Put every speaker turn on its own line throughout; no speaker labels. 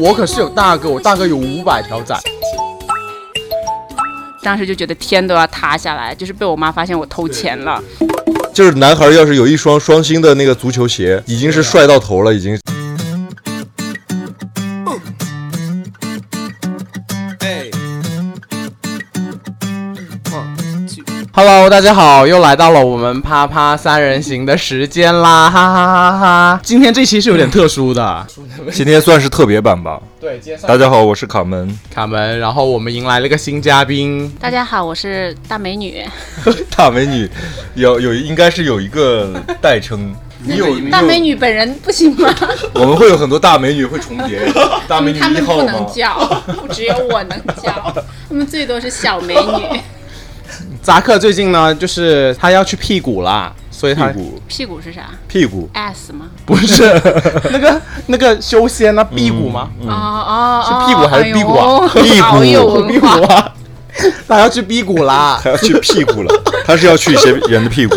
我可是有大哥，我大哥有五百条仔。
当时就觉得天都要塌下来，就是被我妈发现我偷钱了。
就是男孩要是有一双双星的那个足球鞋，已经是帅到头了，已经。
Hello，大家好，又来到了我们啪啪三人行的时间啦，哈哈哈哈！今天这期是有点特殊的，
今天算是特别版吧。
对，介绍
大家好，我是卡 门。
卡门，然后我们迎来了一个新嘉宾，
大家好，我是大美女，
大美女，有有应该是有一个代称。你有
大美，女本人不行吗？
你有我们会有很多大美女会重 叠。大美女
他
一
们不
号
能
吗？
叫，只有我能叫，他们最多是小美女。
扎克最近呢，就是他要去屁股啦，所以他
屁股
屁股是啥
屁股，
？S 吗？
不 是那个那个修仙啊，屁股吗？
哦哦哦，
是屁股还是屁股啊
哎呦
屁股
好有
嗯
屁
文
股
化。
啊，他要去屁股啦，
他要去屁股了， 他是要去一些人的屁股。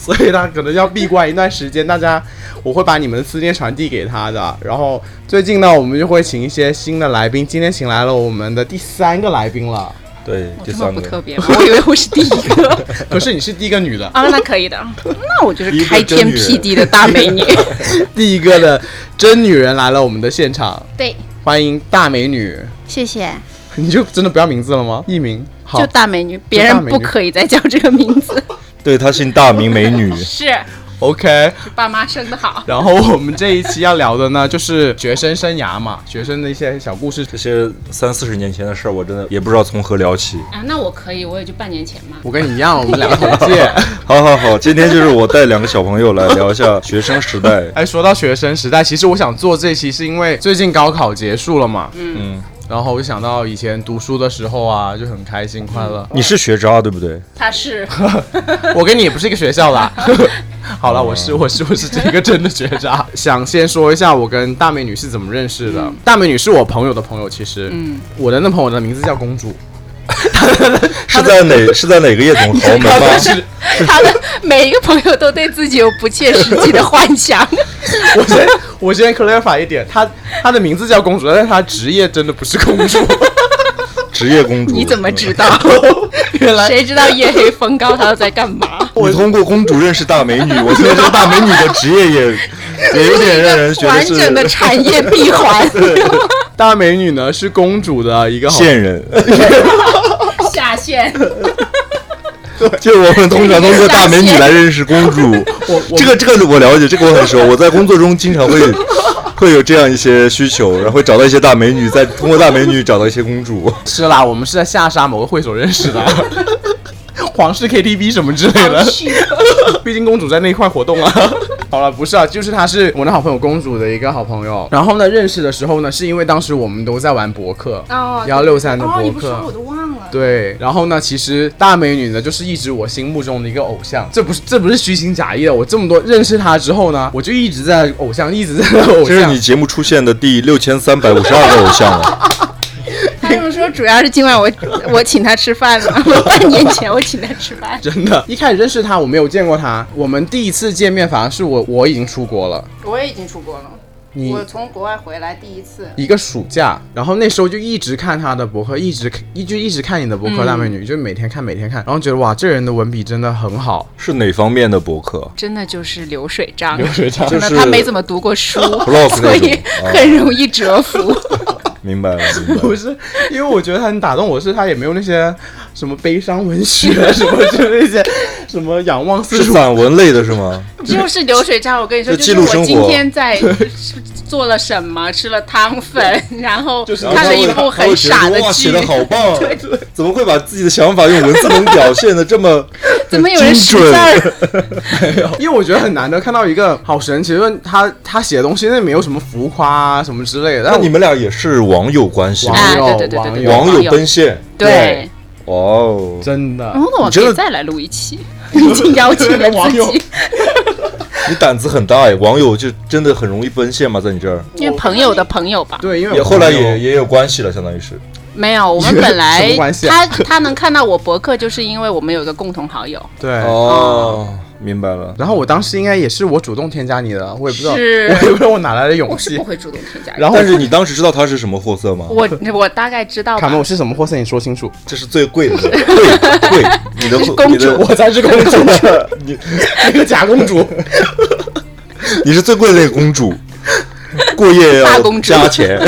所以他可能要闭关一段时间。大家，我会把你们的思念传递给他的。然后最近呢，我们就会请一些新的来宾，今天请来了我们的第三个来宾了。
对，
我
第
这么
三
不特
个，
别吗？我以为我是第一个
可是你是第一个女的，
啊，那可以的，那我就是
第一个
开
真
天
女人
辟地的大美女。
第一个的真女人来了我们的现场，
对，
欢迎大美女。
谢谢。
你就真的不要名字了吗？艺名好
就，大美女，别人不可以再叫这个名字。
对，她姓大名美女。
是
OK。
爸妈生的好，
然后我们这一期要聊的呢，就是学生生涯嘛，学生的一些小故事。
这些三四十年前的事儿，我真的也不知道从何聊起。
啊，那我可以，我也就半年前嘛。
我跟你一样，我们两个同届。
好好好，今天就是我带两个小朋友来聊一下学生时代。
哎，说到学生时代，其实我想做这期是因为最近高考结束了嘛，
嗯，
然后我就想到以前读书的时候啊，就很开心快乐。
你是学渣对不对？
他是
我跟你也不是一个学校啦。 好了，我是我是我是这个真的学渣。想先说一下我跟大美女是怎么认识的。大美女是我朋友的朋友，其实，嗯，我的那朋友的名字叫公主，
是在哪是在哪个夜总豪 门吗？
是
他的每一个朋友都对自己有不切实际的幻想。
我先我先 clarify 一点，她她的名字叫公主，但是她职业真的不是公主。
职业公主。
你怎么知道？
原来
谁知道夜黑风高他在干嘛？
你通过公主认识大美女，我觉 得这个大美女的职业也也有点让人觉得
完整的
是
产业闭环，
大美女呢是公主的一个好
线人。
下线。
就是我们通常通过大美女来认识公主。
我我
这个这个我了解，这个我很熟。我在工作中经常会 会有这样一些需求，然后会找到一些大美女，再通过大美女找到一些公主。
是啦，我们是在下沙某个会所认识 的，皇室 KTV 什么之类的。 毕竟公主在那一块活动啊。 好了，不是啊，就是她是我的好朋友公主的一个好朋友。然后呢，认识的时候呢，是因为当时我们都在玩博客，
哦
幺六三的
哦，你
博
不说我
客。
都忘了。
对，然后呢，其实大美女呢，就是一直我心目中的一个偶像，这不是这不是虚情假意的。我这么多认识她之后呢，我就一直在偶像，一直在偶
这是
像
你。节目出现的第六千三百五十二个偶像啊了。
他这么说，主要是今晚我我请他吃饭了。我半年前我请他吃饭，
真的，一开始认识她，我没有见过她。我们第一次见面，反而是我我已经出国了，
我也已经出国了。
你
我从国外回来第一次，
一个暑假，然后那时候就一直看他的博客，一直一就一直看你的博客，
嗯
大美女就每天看每天看，然后觉得哇，这人的文笔真的很 好。
是哪方面的博客
真的就是流水账，
水账
就
真的
是
他没怎么读过书
Blog 那，种
所以
啊
很容易折 服。
明白了，明 白
不
了。
是，因为我觉得他很打动我，是他也没有那些什么悲伤文学什么，就是那 些什么仰望四
是
处。
散文类的 是吗？
就是流水账，我跟你说，
就
就
记
是
录生
我
活
今天在 做了什么，吃了汤 粉，然后
就是
看了一部很傻的
然后我觉
剧
得哇，写的好棒啊！怎么会把自己的想法用文字能表现的这么
怎么有人识
精准
字 儿？
因为我觉得很难得看到一个好神奇，因为他他写的东西那没有什么浮夸啊什么之类的。
那
但
你们俩也是网友关系吗，
哎
网友、
对对对对对
网友奔现。
对，，
哇哦，
真的
然后呢，我
你真
可
的
以再来录一期，已经邀请了
网
自
友
己，
你胆子很大哎！网友就真的很容易奔现吗？在你这儿，
因为朋友的朋友吧。
对，因为
也
我
后来
朋友
也也有关系了，相当于是。
没有，我们
什么
本 来
关系啊哎
他他能看到我博客，就是因为我们有一个共同好友。
对
哦，明白了。
然后我当时应该也是我主动添加你的，我也不知道，我
是
也不知道我哪来的勇
我是
气
不。会主动添加人。
然后
但是你当时知道它是什么货色吗？
我我大概知道
卡
吧
门，，我是什么货色？你说清楚，
这是最贵的，贵贵，你的货
公
你
主
的
我才是公主，
你
那个假公主。
你是最贵的那个公 主，过夜
大
要
公主
加钱，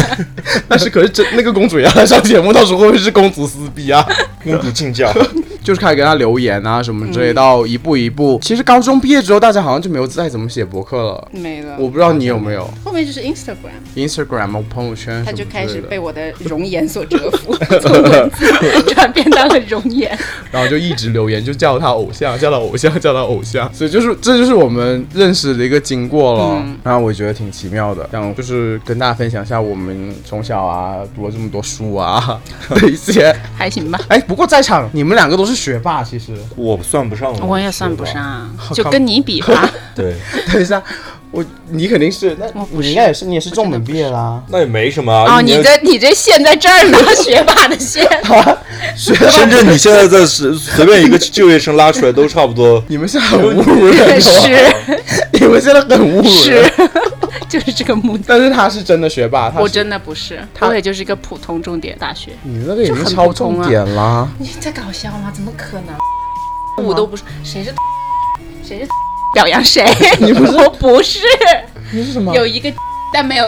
但是可是 真那个公主也要来上节目，到时候会不会是公主撕逼 啊？
公主竞价。
就是开始跟她留言啊什么之类，到一步一步。其实高中毕业之后，大家好像就没有再怎么写博客了。
没了。
我不知道你有没有
后面就是 Instagram，
Instagram 朋友圈什么之类的，
他就开始被我的容颜所折 服，从文字转变到了容颜。
然后就一直留言，就叫他偶像，叫他偶像，叫他偶像，所以就是这就是我们认识的一个经过了。
嗯
然后我觉得挺奇妙的，想就是跟大家分享一下我们从小啊读了这么多书 啊的一些。
还行吧，
哎，不过在场你们两个都是学霸，其实。
我算不上了，
我也算不
是吧。
上，啊就跟你比吧。
对，
等一下，啊我你肯定是，那
我不
你
是
应该也是，你也是重本毕业啦、
那也没什么啊。
哦，
一
你
年
这你这线在这儿呢，学霸 的线。
学。
深圳，你现在在是随便一个就业生拉出来都差不多
你们现在很侮辱人，哦
是
你们现在很侮辱人。
是， 就是这个目的。
但是他是真的学霸，他
我
是
真的不是，
他
我也就是一个普通重点大学。
你那个已
就
经
很
超
普通
重
啊
点 啦。
你在搞笑吗？怎么可能？我都不是，谁 是谁是 表扬谁？
你不是
我不是，
你是什么？
有一个但没有，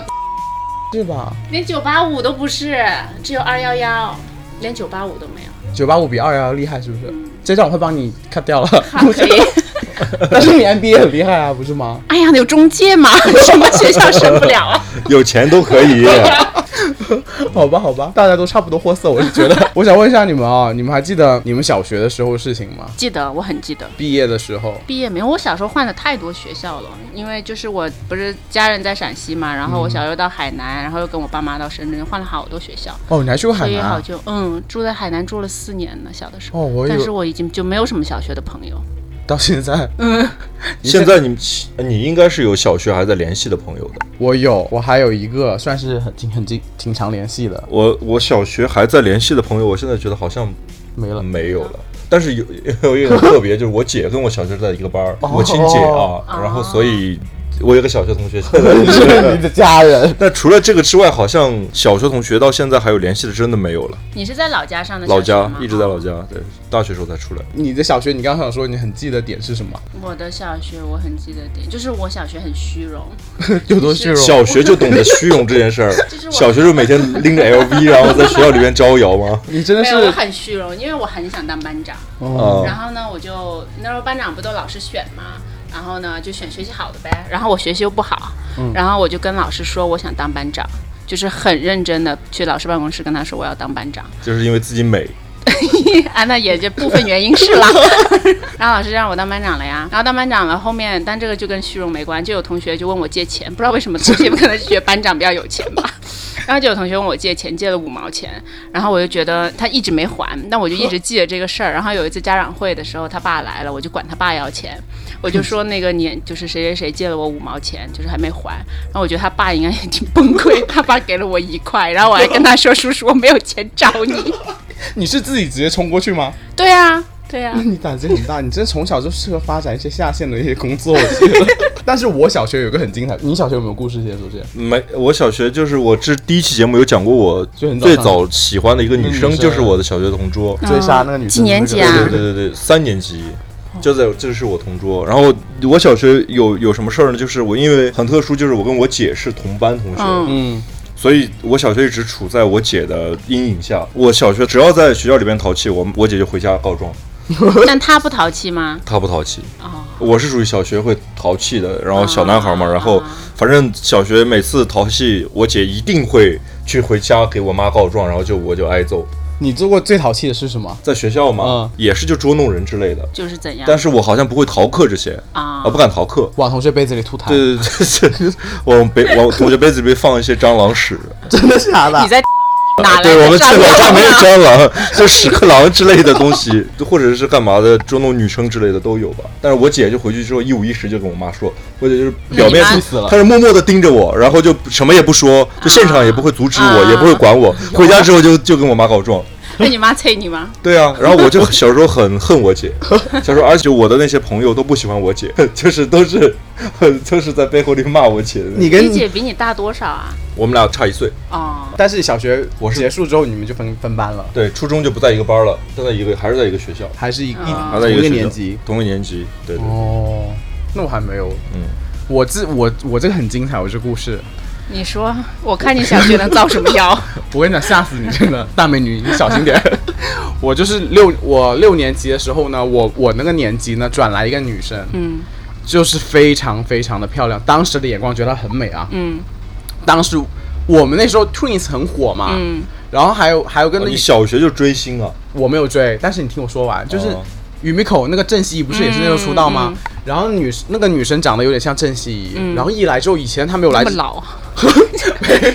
对吧？
连九八五都不是，只有二幺幺，连九八五都没有。
九八五比二幺幺厉害是不是？这段我会帮你 cut 掉 了。
好，可以。
但是你 MBA 很厉害啊，不是吗？
哎呀，有中介吗？ 什么学校升不了啊？
有钱都可 以。啊
好吧，好吧，大家都差不多货色，我是觉得。 我想问一下你们啊、你们还记得你们小学的时候的事情吗？
记得，我很记得。
毕业的时候，
毕业没有，我小时候换了太多学校了，因为就是我不是家人在陕西嘛，然后我小时候到海南，然后又跟我爸妈到深圳，换了好多学校，
哦，你还去过海
所以
南
好
啊？
就嗯住在海南住了四年呢，小的时候，
哦，我
但是
有
我已经就没有什么小学的朋友，
到现 在，你
现在你们你应该是有小学还在联系的朋友的。
我有，我还有一个算是很挺很经挺常联系的，
我我小学还在联系的朋友，我现在觉得好像
没 了。
没有了。但是有 有一个很特别，就是我姐跟我小学在一个班儿，
哦
我亲姐啊，然后所以我有个小学同学。
是你的家人，
那除了这个之外，好像小学同学到现在还有联系的，真的没有了。
你是在老家上的
老家
小学吗
一直在老家，对，大学时候才出来。
你的小学，你刚刚想说你很记得点是什么？
我的小学我很记得点，就是我小学很虚荣，
有多虚荣？
小学就懂得虚荣这件 事儿
就是，我
小学就每天拎 着 LV，然后在学校里面招摇吗？
你真的
没有我
是
很虚荣，因为我很想当班长，
嗯啊
哦，
然后呢我就那时候班长不都老师选嘛，然后呢就选学习好的呗，然后我学习又不好，
嗯
然后我就跟老师说我想当班长。就是很认真的去老师办公室跟他说我要当班长，
就是因为自己美。
啊，那也就部分原因是 啦。然后老师让我当班长了呀，然后当班长了，后面但这个就跟虚荣没关，就有同学就问我借钱，不知道为什么同学们可能是觉得班长比较有钱吧。然后就有同学问我借钱，借了五毛钱，然后我就觉得他一直没还，但我就一直记着这个事儿。然后有一次家长会的时候，他爸来了，我就管他爸要钱，我就说那个你就是谁谁谁借了我五毛钱，就是还没还。然后我觉得他爸应该也挺崩溃，他爸给了我一块，然后我还跟他说叔叔我没有钱找你。
你是自己直接冲过去吗？
对啊，对啊。
你胆子很大，你真的从小就适合发展一些下线的一些工作。我觉 得，但是我小学有一个很精彩，你小学有没有故事写作这
嗯
些？
没，我小学就是我这第一期节目有讲过，我
就很早
最早喜欢的一个女
那女
生啊
生
就是我的小学同桌。
嗯
追杀那个女生
几年级啊
对对对对，三年级。
哦
就在这是我同桌，然后我小学有有什么事儿呢？就是我因为很特殊，就是我跟我姐是同班同学，
嗯
嗯，
所以我小学一直处在我姐的阴影下。我小学只要在学校里边淘气，我我姐就回家告状，嗯
但他不淘气吗？
她不淘气。
哦，
我是属于小学会淘气的，然后小男孩嘛，
啊
然后反正小学每次淘气，我姐一定会去回家给我妈告状，然后就我就挨揍。
你做过最淘气的是什么？
在学校嘛，
嗯
也是就捉弄人之类的，
就是怎样
但是我好像不会逃课这些
啊
我不敢逃课。
往同学杯子里吐痰，
对对对对，往杯往同学杯子里面放一些蟑螂屎，
真的假
你？在哪来
啊对我
的
们
蟑
这老家
螂
没 有蟑螂，就屎壳郎之类的东西，或者是干嘛的捉弄女生之类的都有吧。但是我姐就回去之后一五一十就跟我妈说，我姐就是表面
那嗯你妈
死了
她是默默的盯着我，然后就什么也不说，就现场也不会阻止我，
啊
也不会管我。回家之后就就跟我妈告状，
那你妈催你 吗？
对啊，然后我就 小时候很恨我姐，小时候而且我的那些朋友都不喜欢我姐， 就是都是 很就是在背后里骂我姐的。
你
你
跟
姐比你大多少啊？
我们俩差一岁，
哦，
但是小学
我是
结束之后，你们就分分班了，
对，初中就不在一个班了，但在一个还是在一个学校，
还是一一
啊
还
同
在一
一
个
个
学校
年级？
同一个年级，对对对，
哦，那我还没有。
嗯。
我自我我这个很精彩，我这故事，
你说，我看你小学能造什么 谣？
我跟你讲，吓死你！真的，大美女，你小心 点。我就是六我六年级的时候呢，我我那个年级呢转来一个女生，
嗯
就是非常非常的漂亮，当时的眼光觉得她很美啊。
嗯
当时我们那时候 Twins 很火
啊
嘛，
嗯，
然后还有还有跟
哦
那
你小学就追星 啊？
我没有追，但是你听我说完，就是
哦
宇米口那个郑希怡不是也是那时候出道吗？
嗯嗯
然后女那个女生长得有点像郑希怡，
嗯
然后一来之后，以前她没有
那
来
么，老 啊，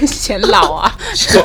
显老啊，
小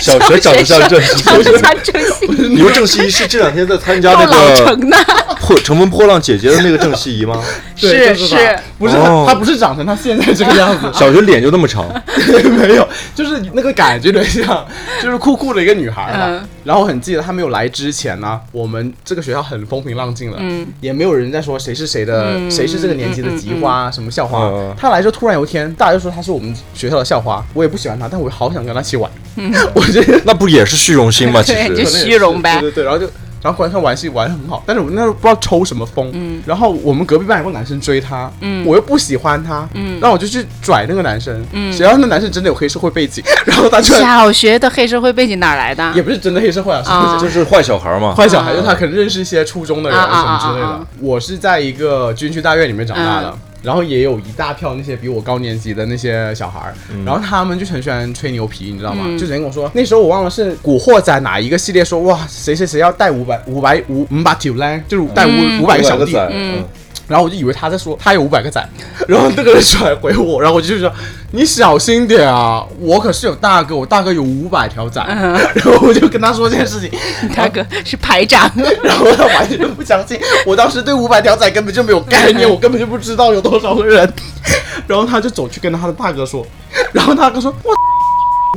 小学长得像郑希
长得
怡，
像郑希怡，
你说郑希怡是这两天在参加
够
那
老
个
成的，
破乘风破浪姐姐的那个郑希怡 吗？
对
是
就是她
是
不是她、
哦，
她不是长成她现在这个样子
小学脸就那么长，
没有，就是那个感觉有点像，就是酷酷的一个女孩嘛。
嗯
然后我很记得她没有来之前呢，我们这个学校很风平浪静的，
嗯
也没有人在说谁是谁的，
嗯
谁是这个年级的
嗯
级花、啊什么校花。
嗯
她来之后突然有一天，大家就说她是我们学校的校花，我也不喜欢她，但我好想跟她一起玩。 我觉得
那不也是虚荣心吗？其
对，就
实
嗯虚荣呗。
对对对，然后就。然后观看玩戏玩得很好，但是我那时候不知道抽什么风，
嗯
然后我们隔壁班有个男生追她，
嗯
我又不喜欢他，
嗯
然后我就去拽那个男生，
嗯
谁让那男生真的有黑社会背景， 然后他就
小学的黑社会背景哪儿来的？
也不是真的黑社会啊，是
啊
就是坏小孩嘛。嗯
坏小孩，就他可能认识一些初中的人
啊啊
什
啊
么之类
啊
的
啊。
我是在一个军区大院里面长大的
嗯。
然后也有一大票那些比我高年级的那些小孩儿，然后他们就很喜欢吹牛皮，你知道吗？
嗯
就人跟我说，那时候我忘了是《古惑仔》哪一个系列说，哇，谁谁谁要带五百五百五五把九嘞，就是带五五百个
小
小
个
弟
仔，，
嗯
嗯
然后我就以为他在说他有五百个仔， 然后那个人甩回我，然后我就说你小心点啊，我可是有大哥，我大哥有五百条仔，
嗯
然后我就跟他说这件事情，
大
啊
哥是排 长，
然后他完全都不相信，我当时对五百条仔根本就没有概念，我根本就不知道有多少个人。 然后他就走去跟他的大哥说，然后大哥说：“我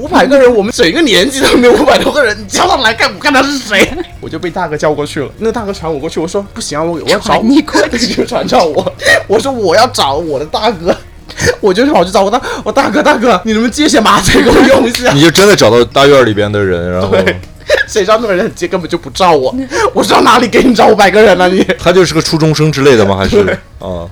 五百个人，我们整个年级都没有五百多个人，你叫他来干，我看他是谁。”我就被大哥叫过去了，那大哥传我过去，我说不行啊，我我要找
传你过
就传召我，我说我要找我的大哥。我就跑去找我大我大哥大哥，你能不能借些马仔给我用一下
嗯你？就真的找到大院里边的人，然后
对， 谁知道那个人很贱，根本就不照我， 我上哪里给你找五百个人了、你？
他就是个初中生之类的吗？还是
对
啊？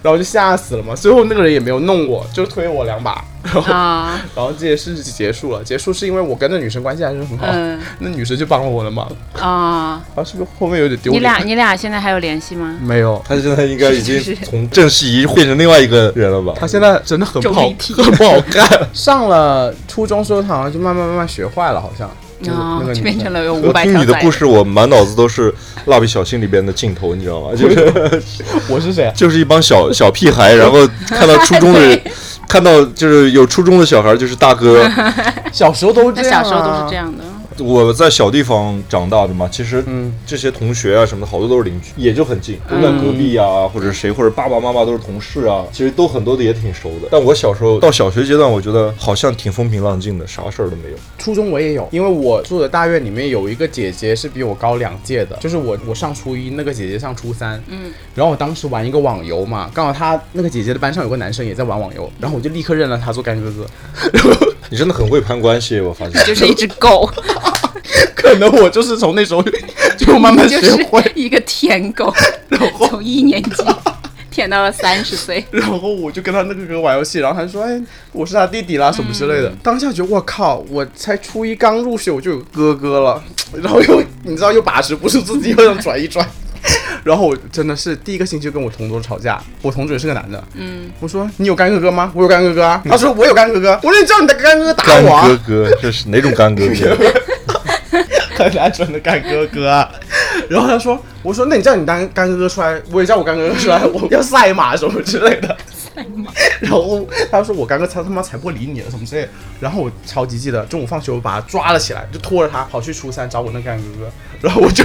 然后就吓死了嘛。最后那个人也没有弄我，就推我两把，然后、
啊，
然后这件事情结束了。结束是因为我跟那女生关系还是很好，
嗯
那女生就帮了我的忙。
啊，
然后是不是后面有点丢
你
脸？
俩你俩现在还有联系吗？
没有，
他现在应该已经
是是
从郑希怡变成另外一个人了吧？
他现在真的很不好，
皱眉涕
很不好看。上了初中之后，他好像就慢慢慢慢学坏了，好像就是那
啊
个，女
就
生
变成了有五
我
百
听
条
你的
仔
故。事，我满脑子都是《蜡笔小新》里边的镜头，你知道吗？就是
我是谁啊？
就是一帮小小屁孩，然后看到初 中的人，看到就是有初中的小孩，就是大哥。
小时候都是
他
这样、啊，
小时候都是这。样 的，
我在小地方长大的嘛，其实
嗯
这些同学啊什么的，好多都是邻居，也就很近，都在隔壁啊，或者谁，或者爸爸妈妈都是同事啊，其实都很多的也挺熟的。但我小时候到小学阶段，我觉得好像挺风平浪静的，啥事儿都没有。
初中我也有，因为我住的大院里面有一个姐姐是比我高两届的，就是我我上初一，那个姐姐上初三，
嗯，
然后我当时玩一个网游嘛，刚好她那个姐姐的班上有个男生也在玩网游，然后我就立刻认了他做干哥哥，
你真的很会攀关系，我发现。
就是一 只 狗，
可能我就是从那时候 就慢慢
就
学会，
是一个舔 狗，从一年级舔到了三十岁。
然后我就跟他那个哥玩游戏，然后他就说，哎，我是他弟弟啦什么之类的，当下觉得我靠，我才初一刚入学我就有哥哥了， 然后又你知道又把持不住自己，又想转一 转。然后我真的是第一个星期就跟我同桌吵架，我同桌也是个男的，
嗯，
我说你有干哥哥吗？我有干哥哥啊。他说我有干哥哥，我说你叫你的干哥哥打
干
我、啊
哥，哥，这是哪种干哥 哥？
很难准的干哥哥啊。然后他说，我说那你叫你干干哥哥出来，我也叫我干哥哥出来，我 要赛马什么之类的。然后他说我干哥他他妈才不理你了什么之类的，然后我超级记得中午放学我把他抓了起来，就拖着他跑去初三找我那干哥哥，然后我就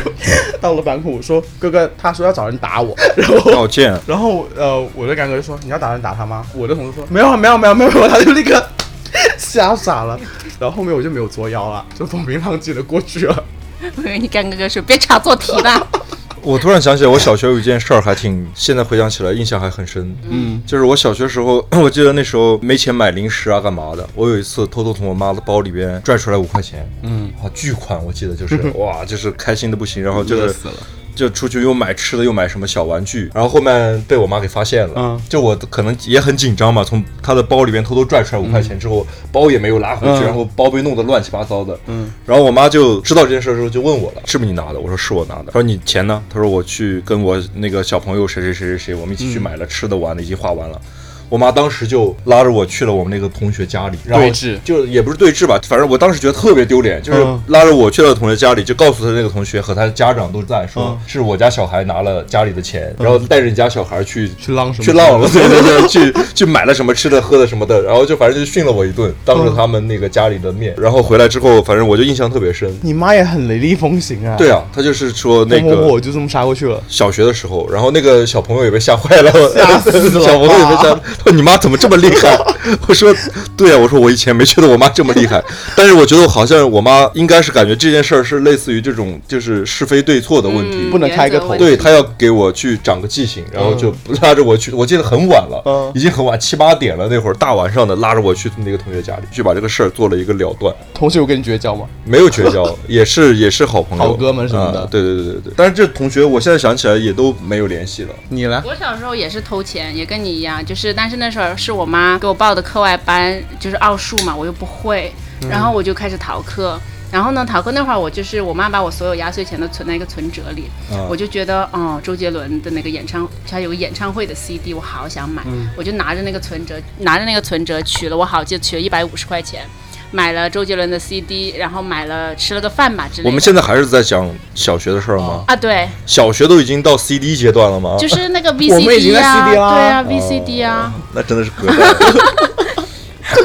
到了班库我说哥哥，他说要找人打我，然后
道歉。
然啊后呃，我的干哥就说你要打人打他吗？我的同事说没有啊没有没有没有，他就立刻。吓傻了。然后后面我就没有作妖了，就风平浪静的过去了。
我以为你干哥哥说别查做题了，
我突然想起来，我小学有一件事儿，还挺现在回想起来印象还很深。
嗯，
就是我小学时候， 我记得那时候没钱买零食啊，干嘛的？我有一次偷偷从我妈的包里边拽出来五块钱，嗯，啊，巨款，我记得就是 哇，就是开心的不行，然后就是
乐死了
就出去又买吃的，又买什么小玩具，然后后面被我妈给发现了。
嗯
就我可能也很紧张嘛，从她的包里边偷偷拽出来五块钱之后，包也没有拉回
嗯
去，然后包被弄得乱七八糟的。
嗯，
然后我妈就知道这件事的时候就问我了：“是不是你拿的？”我说：“是我拿的。”她说：“你钱呢？”她说：“我去跟我那个小朋友谁谁谁谁谁，我们一起去买了吃的玩的，已经花完了。”我妈当时就拉着我去了我们那个同学家里，然后
对峙
就也不是对峙吧，反正我当时觉得特别丢脸，就是
嗯
拉着我去了同学家里，就告诉他那个同学和他家长都在，说
嗯
是我家小孩拿了家里的钱，然后带着你家小孩去
去浪什么
去浪了，对对对，去去买了什么吃的喝的什么的，然后就反正就训了我一顿，当着
嗯
他们那个家里的面，然后回来之后，反正我就印象特别深。
你妈也很雷厉风行啊。
对啊，他就是说那
风风火火
个
就这么杀过去了。
小学的时候，然后那个小朋友也被吓坏了，
吓死了
小朋友也被吓，他说你妈怎么这么厉害？ 我说对啊，我说我以前没觉得我妈这么厉害， 但是我觉得好像我妈应该是感觉这件事儿是类似于这种就是是非对错的问题，
嗯
不能开个头
原则问
对
题
他要给我去长个记性，然后就拉着我去，我记得很晚了，
嗯
已经很晚七八点了，那会儿大晚上的拉着我去那个同学家里去把这个事儿做了一个了断，
同学有跟你绝交吗？
没有绝交， 也是也是好朋友、
好哥们什么的
啊对对对对对。但是这同学我现在想起来也都没有联系了，
你呢？
我小时候也是偷钱，也跟你一样，就是但是那时候是我妈给我报的课外班，就是奥数嘛，我又不会，
嗯
然后我就开始逃课。然后呢，逃课那会儿，我就是我妈把我所有压岁钱都存在一个存折里，
啊
我就觉得，哦，周杰伦的那个演唱，他有个演唱会的 CD，我好想买，
嗯
我就拿着那个存折，拿着那个存折取了，我好记得取了一百五十块钱，买了周杰伦的 CD，然后买了吃了个饭吧之类的。
我们现在还是在讲小学的事儿吗？
啊，对，
小学都已经到 CD 阶段了吗？
就是那个
我们已经
VCD
在
啊，对
CD 啦
啊，VCD 啊。
哦那真的是隔代 了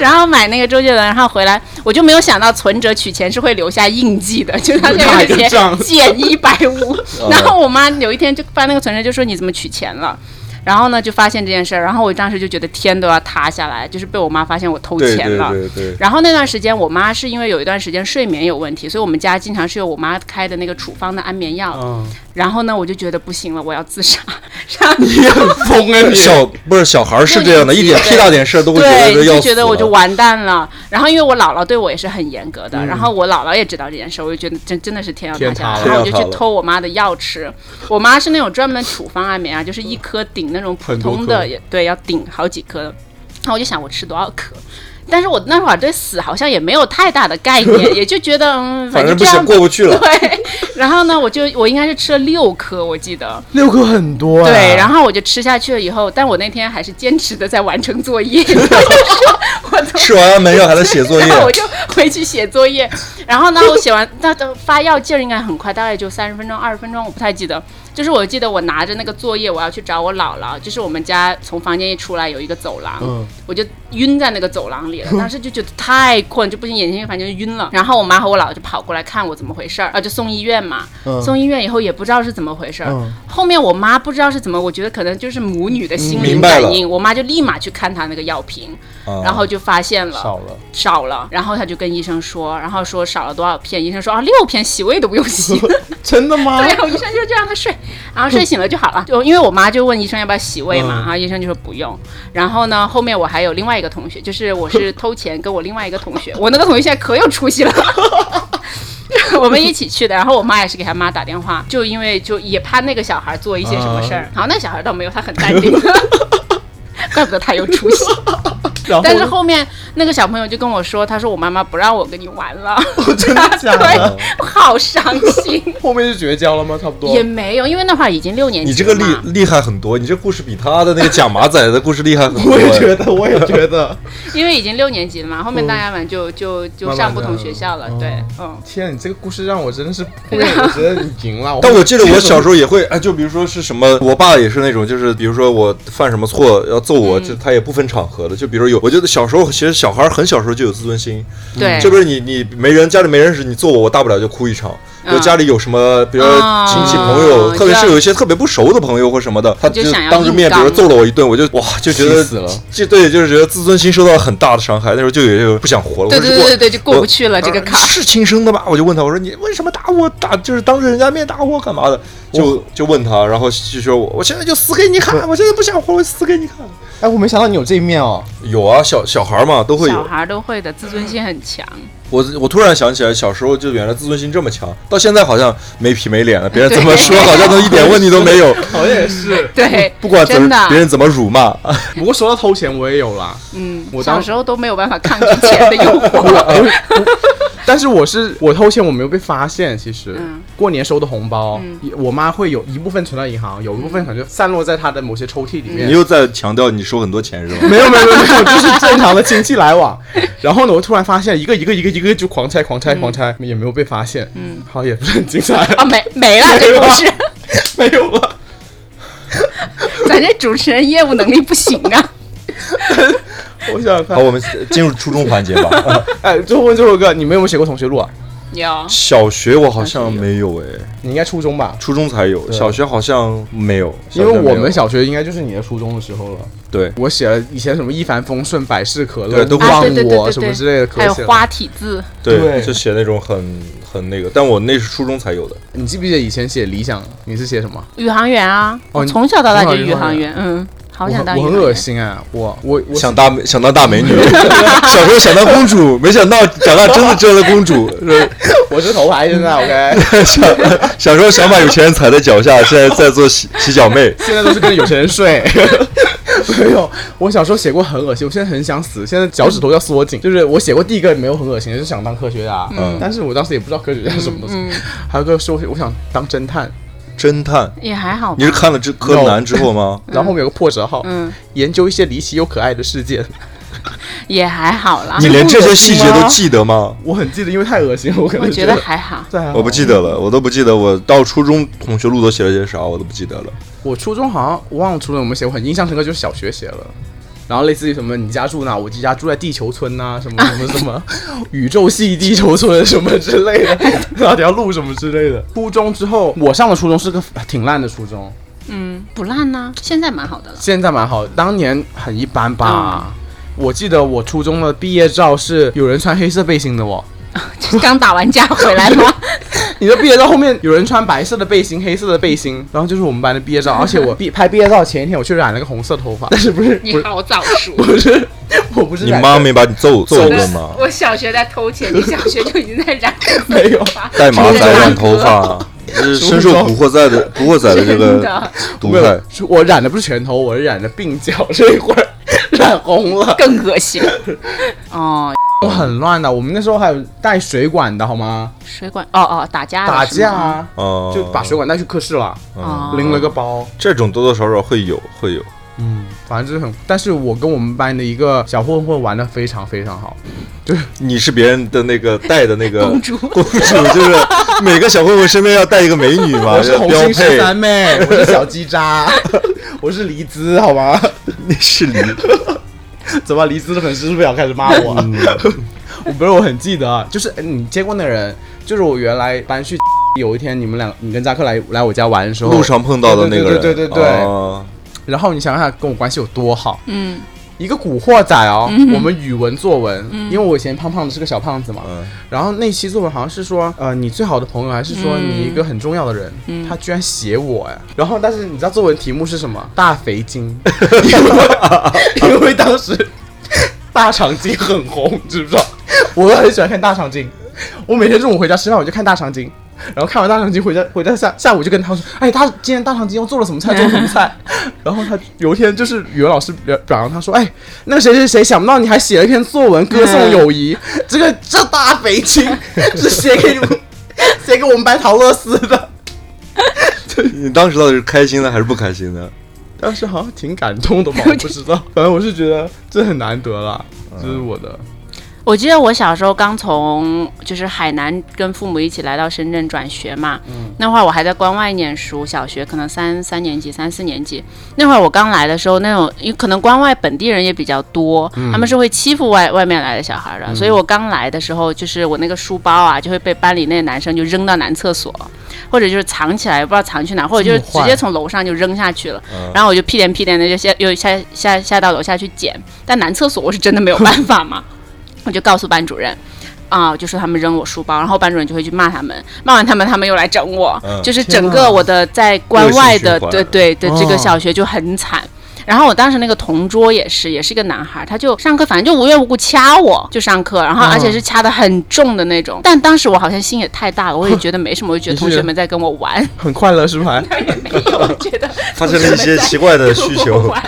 然后买那个周杰伦，然后回来我就没有想到存折取钱是会留下印记的，就是他
打
在
一个
那写
仗
减一百 五。
嗯
然后我妈有一天就翻那个存折，就说你怎么取钱了？然后呢，就发现这件事儿，然后我当时就觉得天都要塌下来，就是被我妈发现我偷
对
钱
对
了。
对对。
然后那段时间，我妈是因为有一段时间睡眠有问题，所以我们家经常是有我妈开的那个处方的安眠药。
嗯，
然后呢，我就觉得不行了，我要自杀。 然后
你很疯啊你！
小不是小孩儿是这样的，
六
一
年级
点屁大点事儿都会觉
对，
得要
就觉
死
得我就
了嗯
完蛋了。然后因为我姥姥对我也是很严格的，然后我姥姥也知道这件事，我就觉得真真的是天要塌下来，
天塌了
然后我就
天要
去
塌了
偷我妈的药吃。我妈是那种专门处方安眠药，就是一颗顶那种普
很多
通的，
颗
也对，要顶好几颗。然后我就想我吃多少颗。但是我那会儿对死好像也没有太大的概 念，也就觉得嗯，
反
正
正
这
不行
样吧
过不去了。
对，然后呢，我就我应该是吃了六颗，我记得，
六颗很多啊。
对，然后我就吃下去了以后，但我那天还是坚持的在完成 作业，就是我从
吃完安眠药还在写作 业
然，后我就回去写作业，然后呢，我写完，那那发药劲儿应该很快，大概就三十分钟、二十分钟，我不太记得。就是我记得我拿着那个作业，我要去找我姥姥，就是我们家从房间一出来有一个走廊，
嗯
我就晕在那个走廊里了，当时就觉得太困，就不行，眼睛反正就晕了。然后我妈和我姥姥就跑过来看我怎么回事儿，啊，就送医院嘛。
嗯
送医院以后也不知道是怎么回事儿，
嗯
后面我妈不知道是怎么，我觉得可能就是母女的心
明
灵
白
感
了
应，我妈就立马去看她那个药瓶，
啊
然后就发现了
少了。
少了，然后他就跟医生说，然后说少了多少片，医生说啊六片洗胃都不用洗，
真的 吗
对，啊我医生就就让他睡，然后睡醒了就好了。就因为我妈就问医生要不要洗胃嘛，
嗯
然后医生就说不用。然后呢，后面我还有另外一个同学，就是我是偷钱跟我另外一个同学，我那个同学现在可有出息了。 我们一起去的，然后我妈也是给他妈打电话，就因为就也怕那个小孩做一些什么事儿，
嗯
然后那小孩倒没有，他很淡定， 怪不得他有出息。
哦然后
但是后面那个小朋友就跟我说，他说我妈妈不让我跟你玩了，
哦 真的假的
对，我好伤心。
后面就绝交了吗？差不多
也。没有，因为那会儿已经六年级
你这个厉
了嘛
厉害很多，你这故事比他的那个假马仔的故事厉害很多。
我也觉得，我也 觉得。
因为已经六年级了嘛，后面大家反正就就就
慢慢
上不
的
同学校了，
嗯
对，嗯。
天，你这个故事让我真的是，后面我觉得你赢了。
但我记得我小时候也会，哎，就比如说是什么，我爸也是那种，就是比如说我犯什么错要揍
嗯
我，就他也不分场合的。就比如有，我觉得小时候其实小孩很小时候就有自尊心，
对
这不是你你没人家里没人时你揍我，我大不了就哭一场。比如家里有什么，比如说亲戚朋友，
嗯哦
特别是
就
有一些特别不熟的朋友或什么的，他
就想要
当着面，
硬
比
刚
如揍了我一顿，我就哇就觉
气
得
死了
就对，就是觉得自尊心受到了很大的伤害，那时候就有就不想活了。
对
我
对
说
对
我
对对，就过
我
不去了这个
啊
坎儿。
是亲生的吧？我就问他，我说你为什么打我打，就是当着人家面打我干嘛的？就就问他，然后就说我我现在就死给你看，我现在不想活，我死给你看。
哎，我没想到你有这一面哦。
有啊，小小孩嘛都会
小
有。
孩都会的，自尊心很强。
我我突然想起来，小时候就原来自尊心这么强，到现在好像没皮没脸的，别人怎么说好像都一点问题都没有。
好像也是。
对，
不管怎
真
么
的，
别人怎么辱骂，
不过说到偷钱，我也有啦。
嗯，
我当
小时候都没有办法抗拒钱的诱 惑。
但是我是我偷钱，我没有被发现。其实、
嗯
过年收的红包，
嗯
也我妈会有一部分存到银行，有一部分可能就散落在她的某些抽屉里面。
嗯
你又在强调你收很多钱是吗？
没有没有没有没有，就是正常的亲戚来往。然后呢，我突然发现一个一个一个一个就狂拆狂拆狂拆，也没有被发现。嗯，好，也不是很精彩，
嗯啊，没没了，这故事，
没有吧？
咱这主持人业务能力不行啊。
我想想
好，
看，
我们进入初中环节吧。
哎，最后问最后一个，你们有没有写过同学录啊？
有，
小学我好像没有哎，
你应该初中吧？
初中才有，小学好像没有，
因为
小学没有
我们小学应该就是你的初中的时候了。
对
我写了以前什么一帆风顺、百事可乐、
对都
忘
啊对对对对
我
对
什么之类的，可
还有
写了
花体字，
对
就写那种很很那个，但我那是初中才有的。
你记不记得以前写理想，你是写什么？
宇航员啊，
哦
我
你
从小到大就
从小
宇
就宇航
航
员
员，嗯，好
我
想
很
当宇
我
航
很
员
恶。心啊！我我我
想大美想当大美 女，小时候想当公主，没想到长大真的成了公主。是
我是头牌现在 OK，
小小时候想把有钱人踩在脚下，现在在做洗洗脚妹。
现在都是跟有钱人睡。 没有，我小时候写过很恶心，我现在很想死。现在脚趾头要缩紧，就是我写过第一个没有很恶心，就是想当科学家。
嗯
但是我当时也不知道科学家是什么东西。
嗯，
还有个说我想当侦探，
侦探，
也还好吧
你是。看了这柯南之后吗？
然后后面有个破折号，
嗯，
研究一些离奇又可爱的事件。
也还好啦。
你连这些细节都记得吗？
我很啊记得，因为太恶心了，我可
我
能
觉得还好。
对啊
我不记得了，我都不记得我到初中同学录都写了些啥，我都不记得了。
我初中好像我忘了初中有没有写过，很印象深刻就是小学写了，然后类似于什么你家住哪，我家住在地球村呐、 什么什么什么宇宙系地球村什么之类的， 那条路什么之类的。初中之后，我上的初中是个挺烂的初中，
嗯，不烂呐，现在蛮好的了。
现在蛮好，当年很一般吧。
嗯
我记得我初中的毕业照是有人穿黑色背心的哦，
这刚打完架回来吗？
你的毕业照后面有人穿白色的背心、黑色的背心，然后就是我们班的毕业 照，而且我毕拍毕业照前一天我去染了个红色头发，但是不是不
你
是
好早熟。
不是，我不是
你
染
妈
的
没把你揍揍
揍
过吗？
我小学在偷钱，你小学就已经在染
没有，
带马仔染 头发，这是深受古惑仔的古惑仔的这
真
个
的
毒
没
害
有。，是我染的不是全头，我是染的鬓角这一块儿染红 了，
更恶心。哦，
我很乱的。我们那时候还有带水管的好吗？
水管哦哦，打架了
打
是
架
吗
啊，
哦，
就把水管带去课室了，
哦
拎了个包。
这种多多少少会有会有。
嗯，反正就是很，但是我跟我们班的一个小混混玩的非常非常好，
你是别人的那个带的那个
公主
公主就是每个小混混身边要带一个美女嘛，
我是
要
红
标
星十
配。
三妹，我是小鸡渣， 我是黎姿，好吗？
你是你，
怎么黎姿的粉丝是不是要开始骂我？
嗯
我不是我很记得啊，就是呃你接过那人，就是我原来搬去有一天你们俩你跟扎克来来我家玩的时候，
路上碰到的那个人，
对对对对对对
哦
然后你想想跟我关系有多好，
嗯，
一个古惑仔哦，我们语文作文，因为我以前胖胖的是个小胖子嘛，
嗯
然后那期作文好像是说，呃，你最好的朋友还是说你一个很重要的人，他居然写我哎，然后但是你知道作文题目是什么？大肥精，因为 因为当时大长今很红，知不知道？我很喜欢看大长今，我每天中午回家吃饭我就看大长今。然后看完大长今回家，回家下下午就跟他说，哎，他今天大长今又做了什么菜，做了什么 菜。然后他有一天就是语文老师表表扬他说，哎，那个谁谁谁，想不到你还写了一篇作文歌颂友 谊，这个这大肥青是写给你们，写给我们班陶乐斯的。
你当时到底是开心的还是不开心的？
当时好像 挺感动的吧，我不知道，反正我是觉得这很难得啦，这是我的。
我记得我小时候刚从就是海南跟父母一起来到深圳转学嘛，那会儿我还在关外念书，小学可能三三年级、三四年级那会儿我刚来的时候，那种因为可能关外本地人也比较多，他们是会欺负外外面来的小孩的，所以我刚来的时候，就是我那个书包啊就会被班里那男生就扔到男厕所，或者就是藏起来，不知道藏去哪，或者就是直接从楼上就扔下去了。
嗯
然后我就屁颠屁颠的就下又下下下到楼下去捡，但男厕所我是真的没有办法 嘛，我就告诉班主任。啊、就说他们扔我书包，然后班主任就会去骂他们，骂完他们，他们又来整我，
嗯
就是
天
整
啊
个我的在关外的
恶性循，环
对对对，这
哦
个小学就很惨。然后我当时那个同桌也是，也是一个男孩，他就上课反正就无缘无故掐我，就上课，然后
嗯
而且是掐的很重的那
嗯
种。但当时我好像心也太大了，我也觉得没什么，我就觉得
你是
同学们在跟我 玩，
很快乐是不是还？
但也没有我觉得
发生了一些奇怪的需
跟 我
求
玩。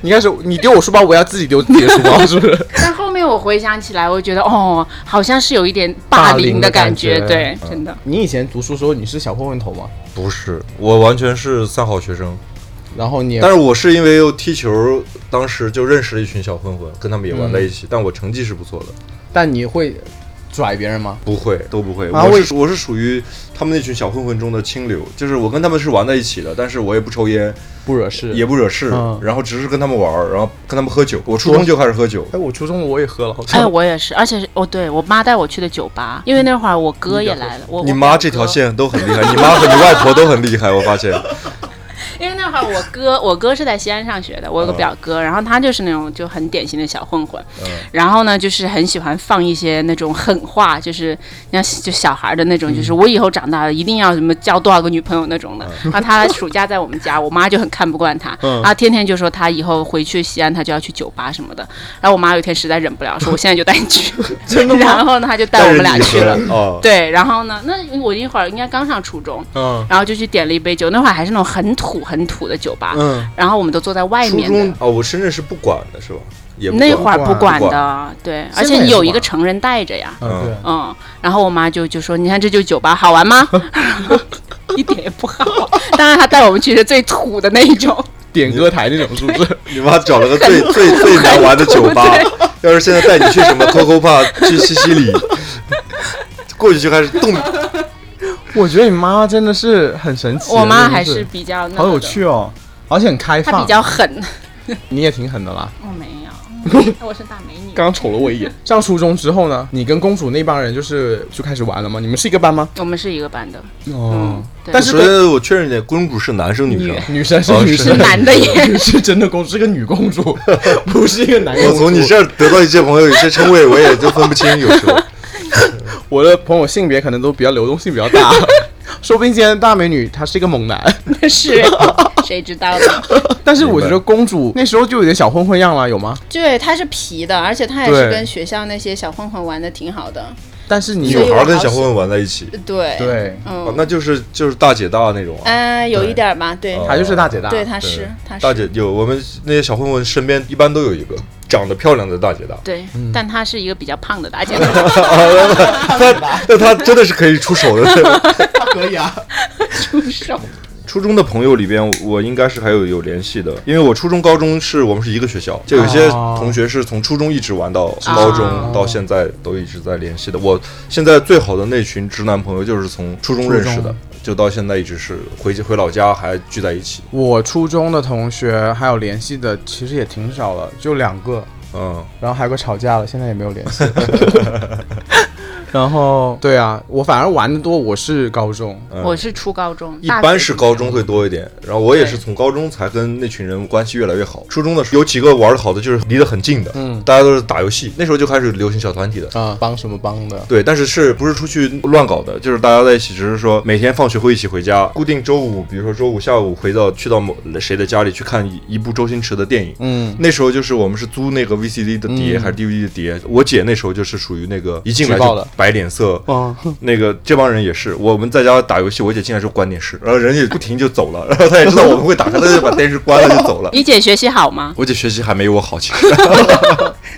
你开始你丢我书包，我要自己丢自己的书包，是不 是？
但后面我回想起来，我觉得哦，好像是有一点
霸
霸
凌
凌
的
的
感
感觉，
觉
对，
嗯
真的。
你以前读书时候你是小混混头吗？
不是，我完全是三好学生，
然后你也
但是我是因为又踢球，当时就认识了一群小混混，跟他们也玩在一起，但我成绩是不错的。
但你会拽别人吗？
不会，都不会。
啊
我
为
是属我是属于他们那群小混混中的清流，就是我跟他们是玩在一起的，但是我也不抽烟，
不惹事
也不惹事，
嗯
然后只是跟他们玩儿，然后跟他们喝酒。我初中就开始喝酒，
哎，我初中我也喝了，好
哎，
像。
我也是，而且是哦，对我妈带我去的酒吧，因为那会儿我哥也来了。我
你
我
妈
表
这条
哥
线都很厉害，你妈和你外婆都很厉害，我发 现。
因为那会儿我哥，我哥是在西安上学的，我有个表哥，然后他就是那种就很典型的小混混，然后呢就是很喜欢放一些那种狠话，就是像就小孩的那种，就是我以后长大了一定要什么交多少个女朋友那种的。然后他暑假在我们家，我妈就很看不惯他，然后天天就说他以后回去西安他就要去酒吧什么的。然后我妈有一天实在忍不了，说我现在就带你去，然后呢他就带我们俩去了。
啊，
对，然后呢？那我那会儿应该刚上初中，
嗯
然后就去点了一杯酒，那会儿还是那种很土很土的酒吧，
嗯，
然后我们都坐在外
初
面
中
的。
啊，我深圳是不管的，是吧？也不管
那会儿不
管
管
不
的，对，
现
而
在
且
也
你有
不
一个
管
成人带着呀，
嗯，对，
嗯，然后我妈就就说：“你看这就是酒吧，好 玩吗？”一点也不好。当然，她带我们去是最土的那一 种，
点歌台那种是不是？
你妈找了 个最最最难玩的酒吧，要是现在带你去什么 Coco Pub，去西西里，过去就开始动
我觉得你妈真的是很神奇，
我妈
真的
还是
是
比较那
好
个
有
的，
趣哦，而且很开
她
放
比。较 狠。
你也挺狠的啦，
我哦没有， 我是大美女。
刚刚瞅了我一眼。上初中之后呢，你跟公主那帮人就是就开始玩了吗？你们是一个班吗？
我们是一个班的，
哦
嗯，对
但是
首
公
先我确认一点，公主是男生女生？
女生是
哦
女
是
生，
男的耶
是真的公主，是个女公 主，不是一个男公
我
主。
从你这儿得到一些朋友，有些称谓我也就分不清，有 时候。
我的朋友性别可能都比较流动性比较 大，说不定今天的大美女她是一个猛男。
是 谁知道呢？
但是我觉得公主那时候就有点小混混样了，有吗？
对，它是皮的，而且它也是
对
跟学校那些小混混玩的挺好的。
但是你啊
女
所以
孩
我
儿跟
好
小
喜
混混玩在一起，
对，
对，
嗯，
哦那就是就是大姐大那种啊。
呃，有一点儿吧，对，
哦
她就是大姐大。
对，它
对
是，它是，
大姐有我们那些小混混身边一般都有一个长得漂亮的大姐大
对，
嗯
但它是一个比较胖的大 姐
她那她真的是可以 出手的。
可以啊。
出手。
初中的朋友里边，我应该是还有有联系的，因为我初中、高中是我们是一个学校，就有些
哦
同学是从初中一直玩到高中，
哦
到现在都一直在联系的。我现在最好的那群直男朋友就是从初中认识
初
的
中，
就到现在一直是回回老家还聚在一起。
我初中的同学还有联系的，其实也挺少了，就两个，
嗯，
然后还有个吵架了，现在也没有联 系。然后对啊，我反而玩的多，我是高中。
嗯
我是初高中，
一
大
般
学
是
毕
高
业。
中会多一点，然后我也是从高中才跟那群人关系越来越好。初中的时候有几个玩的好的，就是离得很近的，
嗯
大家都是打游戏，那时候就开始流行小团体的。
啊、帮什么帮的？
对，但是是不是出去乱搞的？就是大家在一起，只是说每天放学会一起回家，固定周五，比如说周五下午回到去到某谁的家里去看一一部周星驰的电影。
嗯，
那时候就是我们是租那个 VCD 的碟、
嗯
还是 DVD 的碟，我姐那时候就是属于那个一进来
举报
就
的
摆脸色，
哦，
那个这帮人也是，我们在家打游戏，我姐进来就关电视，然后人也不停就走了，然后她也知道我们会打开，她就把电视关了就 走了。
你姐学习好吗？
我姐学习还没有我好，其实。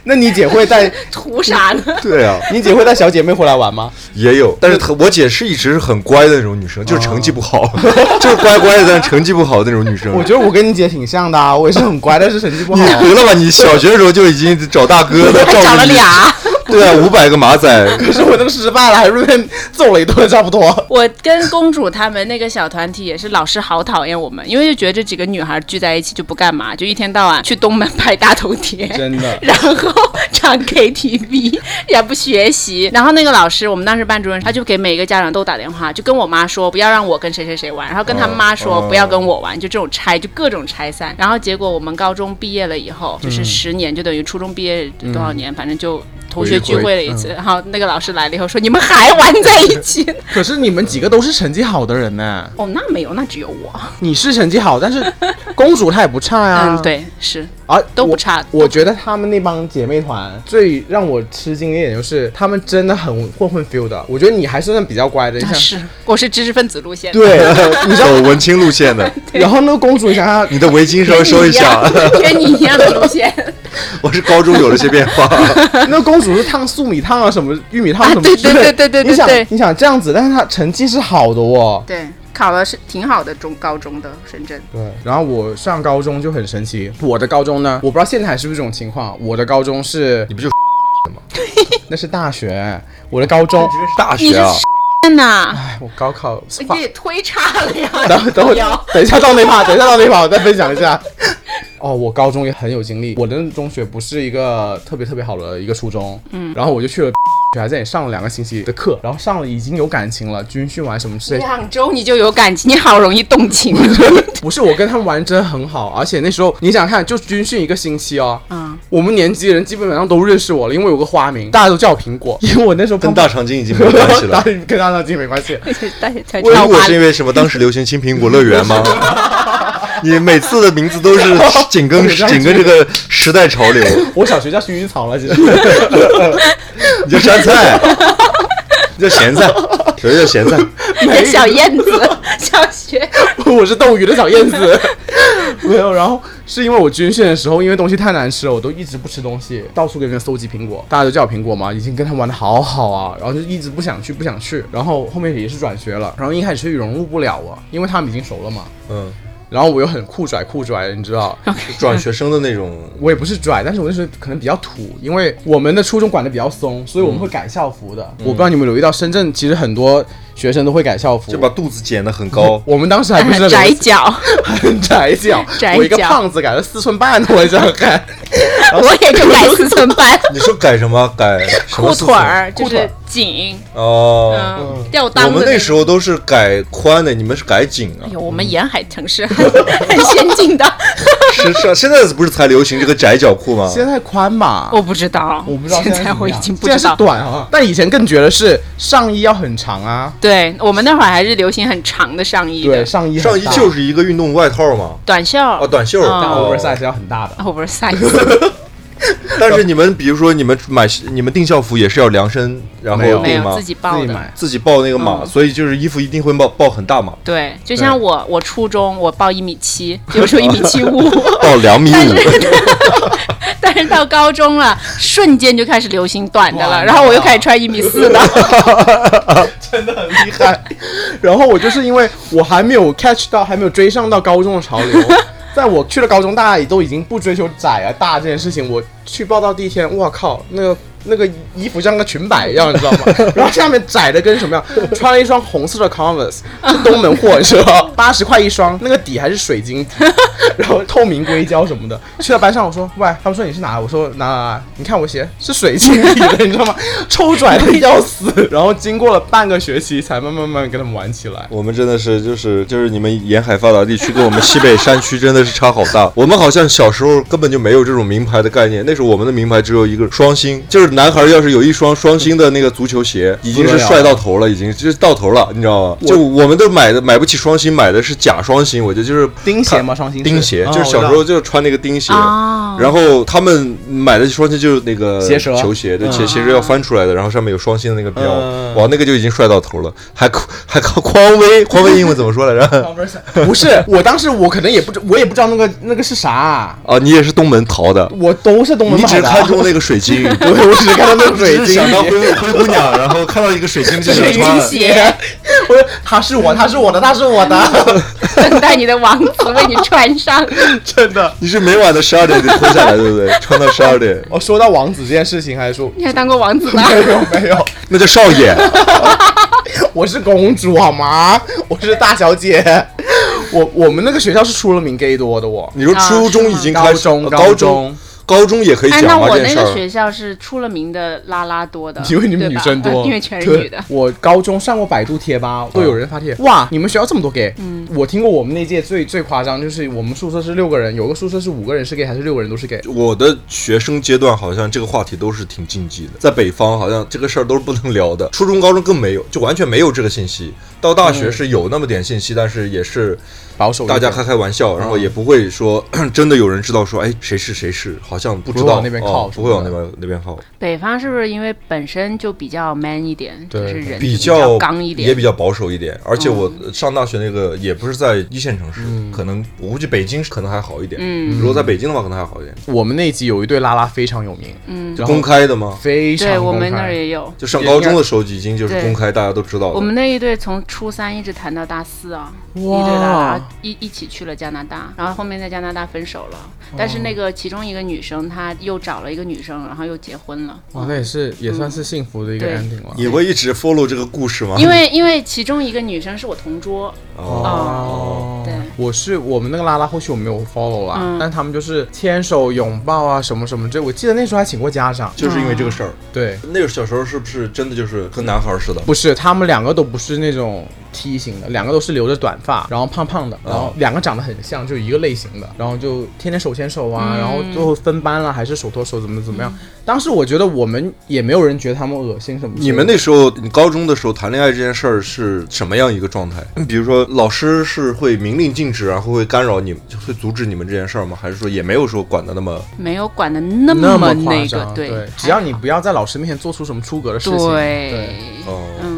那你姐会 带
图啥呢？
对啊，
你姐会带小姐妹回来玩吗？
也有，但是她我姐是一直是很乖的那种女生，就是成绩不好， 就是乖乖的，但是成绩不好的那种女生。
我觉得我跟你姐挺像的、 啊，我也是很乖，但是成绩不好
你。得了吧，你小学的时候就已经找大哥了，
还
照
找
顾
了
你，
俩，
对啊，五百个马仔，
可是我都失败了，还顺便揍了一顿，差不多。
我跟公主他们那个小团体也是，老师好讨厌我们，因为就觉得这几个女孩聚在一起就不干嘛，就一天到晚去东门 拍大头贴，
真的
然后 唱 KTV，也不学习。然后那个老师，我们当时班主任他就给每一个家长都打电话，就跟我妈说不要让我跟谁谁谁玩，然后跟他妈说
哦哦
不要跟我玩，就这种拆，就各种拆散。然后结果我们高中毕业了以后，
嗯
就是十年，就等于初中毕业多少年，反正就。同学聚会了一
嗯
次，然后那个老师来了以后说：“你们还玩在一起？”
可是你们几个都是成绩好的人呢，
哦，那没有，那只有我。
你是成绩好，但是公主她也不差呀、
嗯，，对，是
啊，
都不
我。
差。
我觉得她们那帮姐妹团最让我吃惊的一点就是，她们真的很混混 feel 的。我觉得你还是算比较乖的，你
啊
想
是，我是知识分子路线的。
对， 你知道
走文青路线的，
然后那个公主，你想想，
你的围巾稍微收一下，
跟你一样，跟你一样的路线
我是高中有了些变化，
那公主是烫粟米烫啊，什么玉米烫
啊
什么
对
之类的、
对对对对
你想
对
你想这样子，但是她成绩是好的哦。
对，考了是挺好的中高中的深圳，
对，然后我上高中就很神奇，我的高中呢，我不知道现在还是不是这种情况，我的高中是
你不就
那是大学，我的高中，
大
你
学
是
啊？
天哪，
哎，我高考
你也忒差了呀！哎
等等我
你要
等一下到那趴，等一下到那趴，我再分享一下。 哦，我高中也很有经历，我的中学不是一个特别特别好的一个初中，嗯，然后我就去了 学还在那里上了两个星期的课，然后上了已经有感情了，军训啊完什么之类的，
两周你就有感情，你好容易动情。
不是我跟他们玩真的很好，而且那时候你想看，就军训一个星期哦，
嗯，
我们年级的人基本上都认识我了，因为有个花名，大家都叫我苹果， 因为我那时候
跟大肠经已经没有关系了。
跟 大长今没关系。
大学才
我
知道
如果
吧
是？因为什么当时流行青苹果乐园吗？ 你每次的名字都是紧跟紧跟这个时代潮流，
我小学叫薰衣草了，其实
你叫山菜，你叫咸菜，小学叫咸菜，
你的小燕子， 小学
我是斗鱼的小燕子。 没有，然后是因为我军训的时候，因为东西太难吃了，我都一直不吃东西，到处给人搜集苹果，大家都叫我苹果嘛，已经跟他们玩的好好啊，然后就一直不想去，不想去，然后后面也是转学了，然后一开始是融入不了啊，因为他们已经熟了嘛，
嗯，
然后我又很酷拽酷拽，你知 道，
转学生的那种
我也不是拽，但是我那时候可能比较土，因为我们的初中管得比较松，所以我们会改校服的。我不知道你们有没有留意到，深圳其实很多学生都会改校服。
就。把肚子剪得很高
我们当时还不 是
窄脚，
很窄脚，
窄
我一个
脚
胖子改了四寸半，我想 看。
我也就改四寸半，
你说改什么？改什么
裤
四
腿
寸
儿就
裤腿
是
儿
紧，
哦。
嗯，吊裆的
我们那
种
时候都是改宽的，你们是改紧啊
哎。呦，我们沿海城市很很先进的，
是是，现在不是才流行这个窄脚裤吗？
现在宽吧，
我不知道，
我不知道
哦现
在怎么样
我已经不
现在
知
是
道。
短啊，但以前更觉得是上衣要很长啊，
对我们那会儿还是流行很长的上衣
对，
的，
上衣
上衣就是是一个运动外套嘛，
短袖
啊，
哦
短袖。
哦
但
哦
oversize 要很大的。
，oversize
但是你们比如说你们买你们订校服也是要量身，然后
没有
没
对
有
吗
自？己报
自己
的。
买，
自己报那个码，
嗯
所以就是衣服一定会报报很大码，
对，就像我，我初中我报一米七，有时候一米七五，
报两米五。
但是到高中了，瞬间就开始流行短的
短的
了，然后我又开始穿一米四的，
厉害。 然后我就是因为我还没有 catch 到，还没有追上到高中的潮 流。在我去了高中，大家也都已经不追求窄啊大这件事情。我去报道第一天，我靠，那个那个衣服像个裙摆一样，你知道 吗？然后下面窄的跟什么样？穿了一双红色的 Converse，是东门货，你知道吗？八十块一双，那个底还是水 晶底，然后透明硅胶什么的。去到班上，我说喂，他们说你是哪？我说哪哪哪？你看我鞋是水晶底的，你知道 吗？抽拽的要死。然后经过了半个学期，才慢慢慢慢跟他们玩起来。
我们真的是就是就是你们沿海发达地区跟我们西北山区真的是差好大。 我们好像小时候根本就没有这种名牌的概念，那时候我们的名牌只有一个双星，就是男孩要是有一双双星的那个足球鞋，已经是帅到头了，已经就是到头了，你知道吗？就我们都买的买不起双星，买的是假双星，我觉得就是
钉鞋吗双星是
钉鞋
哦
就是小时候就穿那个钉鞋，
哦
然后他们买的双星就是那个
鞋舌
球鞋，对，
嗯
鞋鞋舌要翻出来的，然后上面有双星的那个标，
嗯
哇，那个就已经帅到头了，还匡还匡匡威，匡威英文怎么说 来着？
嗯不是，我当时我可能也不知，我也不知道那个那个是啥、
啊，你也是东门淘的，
我都是东门
你
买
只
的啊。
看中那个水晶，
对，我只看到那个水
就是
晶
想到
鞋
灰。灰姑娘，然后看到一个水晶就想
水
穿
晶。鞋，
我说他是我，他是我的，他是我 的，
等待你的王子为你穿上。
真 的。
你是每晚的十二点得脱下来，对不 对？穿到十二点，
我哦说到王子这件事情，还说
你还当过王子吗？
没有没有，
那叫少爷。
我是公主好吗？我是大小姐。我我们那个学校是出了名 gay 多的哦，
你说
啊
初中
是吗
已经
高
开始，
中
呃
高
高中
中
高中也可以
哎，那
讲吗？啊
我
这件
那
事
个
儿
学校是出了名的拉拉 多的，
因为你们
对
女
吧
生多，
呃因为全是女的
对。我高中上过百度贴吧，都有人发
嗯
帖，哇，你们学校这么多 gay。嗯，我听过我们那届最最夸张，就是我们宿舍是六个人，有个宿舍是五个人是 gay，还是六个人都是 gay。
我的学生阶段好像这个话题都是挺禁忌的，在北方好像这个事儿都是不能聊的，初中、高中更没有，就完全没有这个信息。到大学是有那么点信息，但是也是
保守一啊
大
点
家开开玩笑，然后也不会说真的有人知道说，哎，谁是谁是，好像不知
不会
道
往那边靠
哦
什么的
不会往那边那边靠，
北方是不是因为本身就比较 man 一点，就
对
是人
比
较刚一点，
也比较保守一点。而且我
嗯
上大学那个也不是在一线城市，可能我估计北京可能还好一点。
嗯
如果在北京的话，可能还好一点。
我们那一集有一对拉拉非常有名，嗯，
公开的吗？
非常
对我
公
们
开
那儿也有。
就上高中的时候已经就是
对
公开，大家都知道的。
我们那一队从初三一直谈到大四啊，一
哇
对拉拉一一起去了加拿大，然后后面在加拿大分手了。
哦
但是那个其中一个女生，她又找了一个女生，然后又结婚了。
哇，那也是也算是幸福的一个
对
ending 了。
你会一直 follow 这个故事
啊
吗？
因为因为其中一个女生是我同桌，啊
哦，
哦
对
我是我们那个拉拉，或许我没有 follow 啦，
嗯
但他们就是牵手拥抱啊，什么什么这，我记得那时候还请过家长。
就是因为这个事儿。
对，
那个小时候是不是真的就是跟男孩儿似的？
不是，他们两个都不是那种梯形的，两个都是留着短发，然后胖胖
哦
的，然后两个长得很像，就一个类型的，然后就天天手牵手啊，
嗯
然后最后分班了，还是手拖手，怎么怎么样。当时我觉得我们也没有人觉得他们恶心什么之类
你
的。
们那时候，你高中的时候谈恋爱这件事儿是什么样一个状态？比如说，老师是会明令禁止，然后会干扰你们，就会阻止你们这件事儿吗？还是说也没有说管的那么？
没有管的那
那么
那
夸
个
张，，
对，
只要你不要在老师面前做出什么出格的事情，
对，
哦，
嗯。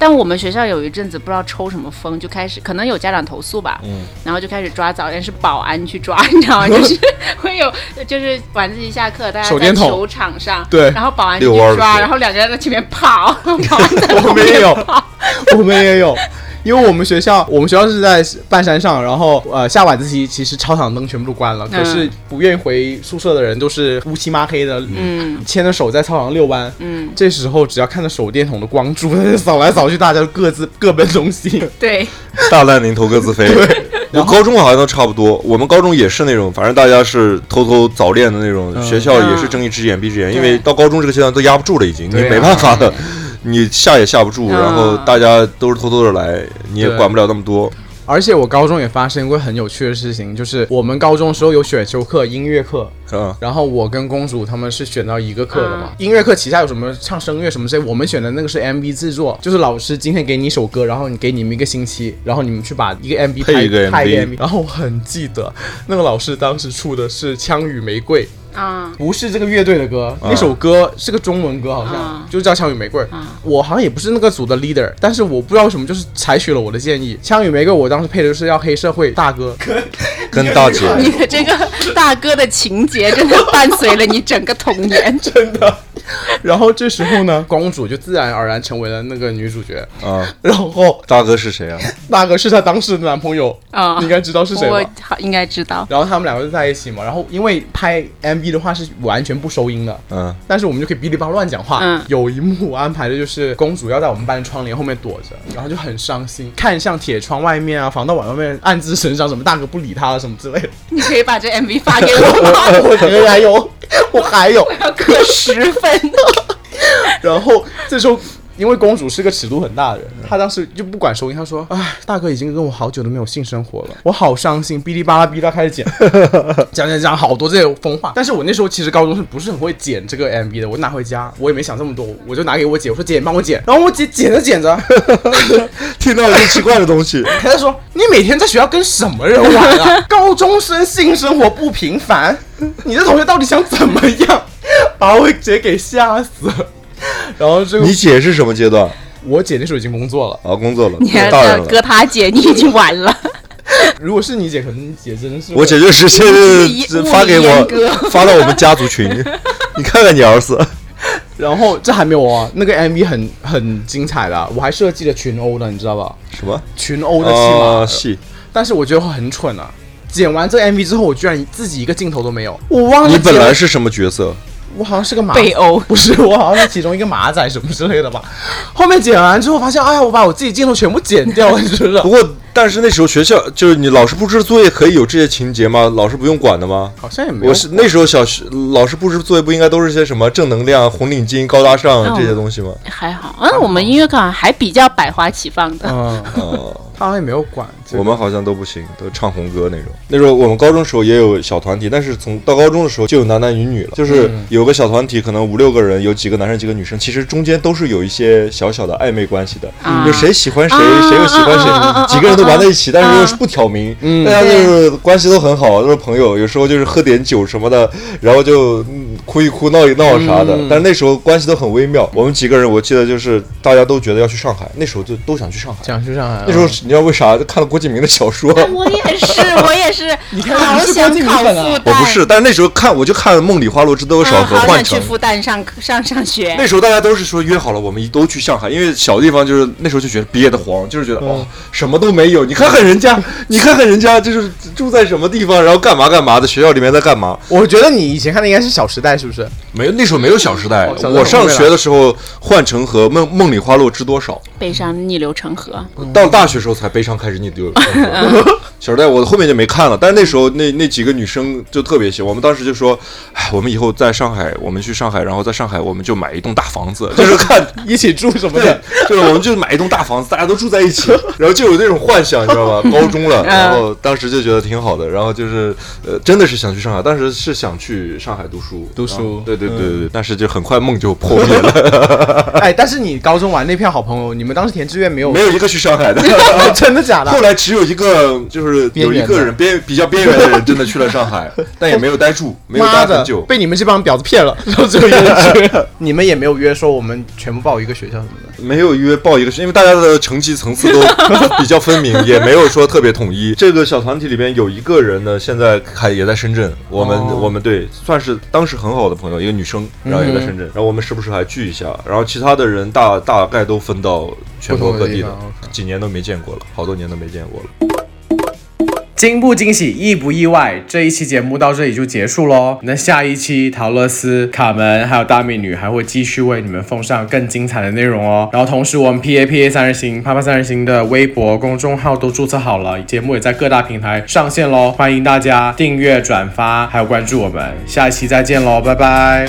但我们学校有一阵子不知道抽什么风，就开始可能有家长投诉吧，
嗯，
然后就开始抓早恋，是保安去抓，你知道吗？就是 会有，就是晚自习下课，大家
手
在
电筒
球场上，
对
然后保安
遛
就去
弯儿的时
抓，
候
然后两个人在前 面跑，保安在
我们也有， 我们也有。因为我们学校，我们学校是在半山上，然后呃下晚自习，其实操场灯全部都关了，可是不愿意回宿舍的人都是乌漆麻黑的，
嗯
牵着手在操场遛弯。
嗯，
这时候只要看着手电筒的光柱扫来扫去，大家各自各奔东西。
对，
大难临头各自飞。我高中好像都差不多，我们高中也是那种，反正大家是偷偷早恋的那种，学校也是睁一只眼闭一只眼，因为到高中这个阶段都压不住了，已经、
对
你
啊
没办法了，你下也下不住，
嗯
然后大家都是偷偷的来，你也
对
管不了那么多。
而且我高中也发生过很有趣的事情，就是我们高中时候有选修课，音乐课，
嗯，
然后我跟公主他们是选到一个课的嘛
嗯，
音乐课旗下有什么唱声乐什么之类，我们选的那个是 MV 制作，就是老师今天给你一首歌，然后你给你们一个星期，然后你们去把一个 MV
配
拍
一个 MV
拍 MV。然后我很记得那个老师当时出的是《枪与玫瑰》，
啊、
不是这个乐队的歌，
嗯
那首歌是个中文歌，好像
嗯
就叫《枪与玫瑰》
嗯。
我好像也不是那个组的 leader，但是我不知道为什么就是采取了我的建议，《枪与玫瑰》我当时配的就是要黑社会大哥，
跟大姐，
你的这个大哥的情节真的伴随了你整个童 年，
真的。然后这时候呢，公主就自然而然成为了那个女主角。
啊，
然后
大哥是谁啊？
那个是她当时的男朋友，
啊
你应该知道是谁
我
吧？
好应该知道。
然后他们两个就在一起嘛。然后因为拍 MV 的话是完全不收音的，
嗯，
但是我们就可以哔哩吧啦乱讲话。
嗯
有一幕我安排的就是公主要在我们班的窗帘后面躲着，然后就很伤心，看向铁窗外面啊，防盗网外面，暗自神伤什么大哥不理她了啊什么之类的。
你可以把这 MV 发给我 吗？
我仍然有，我还有。
要刻十分。
然后这时候，因为公主是个尺度很大的人，她当时就不管收音，她说：“哎，大哥已经跟我好久都没有性生活了，我好伤心。”哔哩吧啦哔哩到开始剪， 讲讲讲好多这种疯话。但是我那时候其实高中是不是很会剪这个 MV 的？我拿回家，我也没想这么多，我就拿给我姐，我说：“姐，帮我剪。”然后我姐剪着剪着，
听到一些奇怪的东西，
她就说：“你每天在学校跟什么人玩啊？高中生性生活不平凡，你这同学到底想怎么样？”把我姐给吓死了。然后这个
你姐是什么阶段
我姐那时候已经工作了。
啊？工作了
你还，
大人
要
了。
割他姐，你已经完了。
如果是你姐，可能你姐真的是
我姐就是现
物理
在
物理
发给
阉割
我，发到我们家族群。你看看你儿子，
然后这还没有啊，那个 MV 很很精彩的，啊我还设计了群殴的，你知道吧？
什么？
群殴的戏码
啊，，戏，
但是我觉得会很蠢啊。剪完这个 MV 之后，我居然自己一个镜头都没有，我忘了
你
剪
本
了。
来是什么角色？
我好像是个马
北欧
不是，我好像是其中一个马仔什么之类的吧。后面剪完之后发现，哎呀，我把我自己镜头全部剪掉了，你知道
不？过，但是那时候学校就是你老师布置作业可以有这些情节吗？老师不用管的吗？
好像也没有。
我是那时候小学老师布置作业不应该都是些什么正能量、红领巾、高大上这些东西吗？
还好，嗯，我们音乐课好像还比较百花齐放的。
嗯，
哦，
他好像也没有管。
我们好像都不行，都唱红歌那种。那时候我们高中时候也有小团体，但是从到高中的时候就有男男女女了，就是有个小团体，可能五六个人，有几个男生几个女生，其实中间都是有一些小小的暧昧关系的，
嗯
啊
就谁喜欢谁，
啊
谁又喜欢谁，
啊啊啊啊
几个人都玩在一起，但是又是不挑明，
嗯
大家就是关系都很好，都是朋友，有时候就是喝点酒什么的，然后就嗯哭一哭、闹一闹啥
嗯
的。但是那时候关系都很微妙，我们几个人我记得就是大家都觉得要去上海，那时候就都想去上海。
讲去上海了
那时候你知道为啥看了郭敬明的小说？
啊我也 是，我也是，
看你
好
是
想
关进
考
米粉啊
复旦。
我不是，但是那时候看我就看《梦里花落知多
嗯，
少》和《
好想
幻城
去》。复旦上上上学。
那时候大家都是说约好了，我们一都去上海，因为小地方就是那时候就觉得憋得慌，就是觉得哦什么都没有。你看看人家，你看看人家就是住在什么地方，然后干嘛干嘛的，学校里面在干嘛？
我觉得你以前看的应该是《小时代》，是不是？
没有那时候没有《小时代
哦小时代》，
我上学的时候《幻城》和《梦梦里花落知多少
悲伤逆流成河，》，
嗯
到大学时候才悲伤开始逆 流成河。 小时代我后面就没看了，但是那时候那那几个女生就特别喜欢，我们当时就说，哎，我们以后在上海，我们去上海，然后在上海我们就买一栋大房子，就是看
一起住什么
对
的。，
就是我们就买一栋大房子，大家都住在一起，然后就有那种幻想，你知道吧？高中
嗯
了，然后当时就觉得挺好的，然后就是呃，真的是想去上海，当时是想去上海读书，
读书嗯
然后对对对对，对但是就很快梦就破灭 了，
哎，但是你高中玩那票好朋友，你们当时填志愿没有？
没有一个去上海的。
真的假的？
后来只有一个，就是有一个人边比较边缘的人真的去了上 海，但也没有待住，没有
妈
待
的
很久，。
被你们这帮婊子骗了， 然后只有一个人 去。你们也没有约说我们全部报一个学校什么的。
没有约报一个，是因为大家的成绩 层次都比较分明，也没有说特别统一。这个小团体里边有一个人呢，现在还也在深圳。我们、
哦嗯
我们对算是当时很好的朋友，一个女生，然后也在深圳。然后我们时不时还聚一下。然后其他的人大大概都分到全国各地
不
了
同的地方，
几年都没见过了，好多年都没见过了。
惊不惊喜，意不意外？这一期节目到这里就结束喽。那下一期陶乐斯、卡门还有大美女还会继续为你们奉上更精彩的内容哦。然后同时，我们 P A P A 三人行、啪啪三人行的微博公众号都注册好了，节目也在各大平台上线喽。欢迎大家订阅、转发还有关注我们，下一期再见喽，拜拜。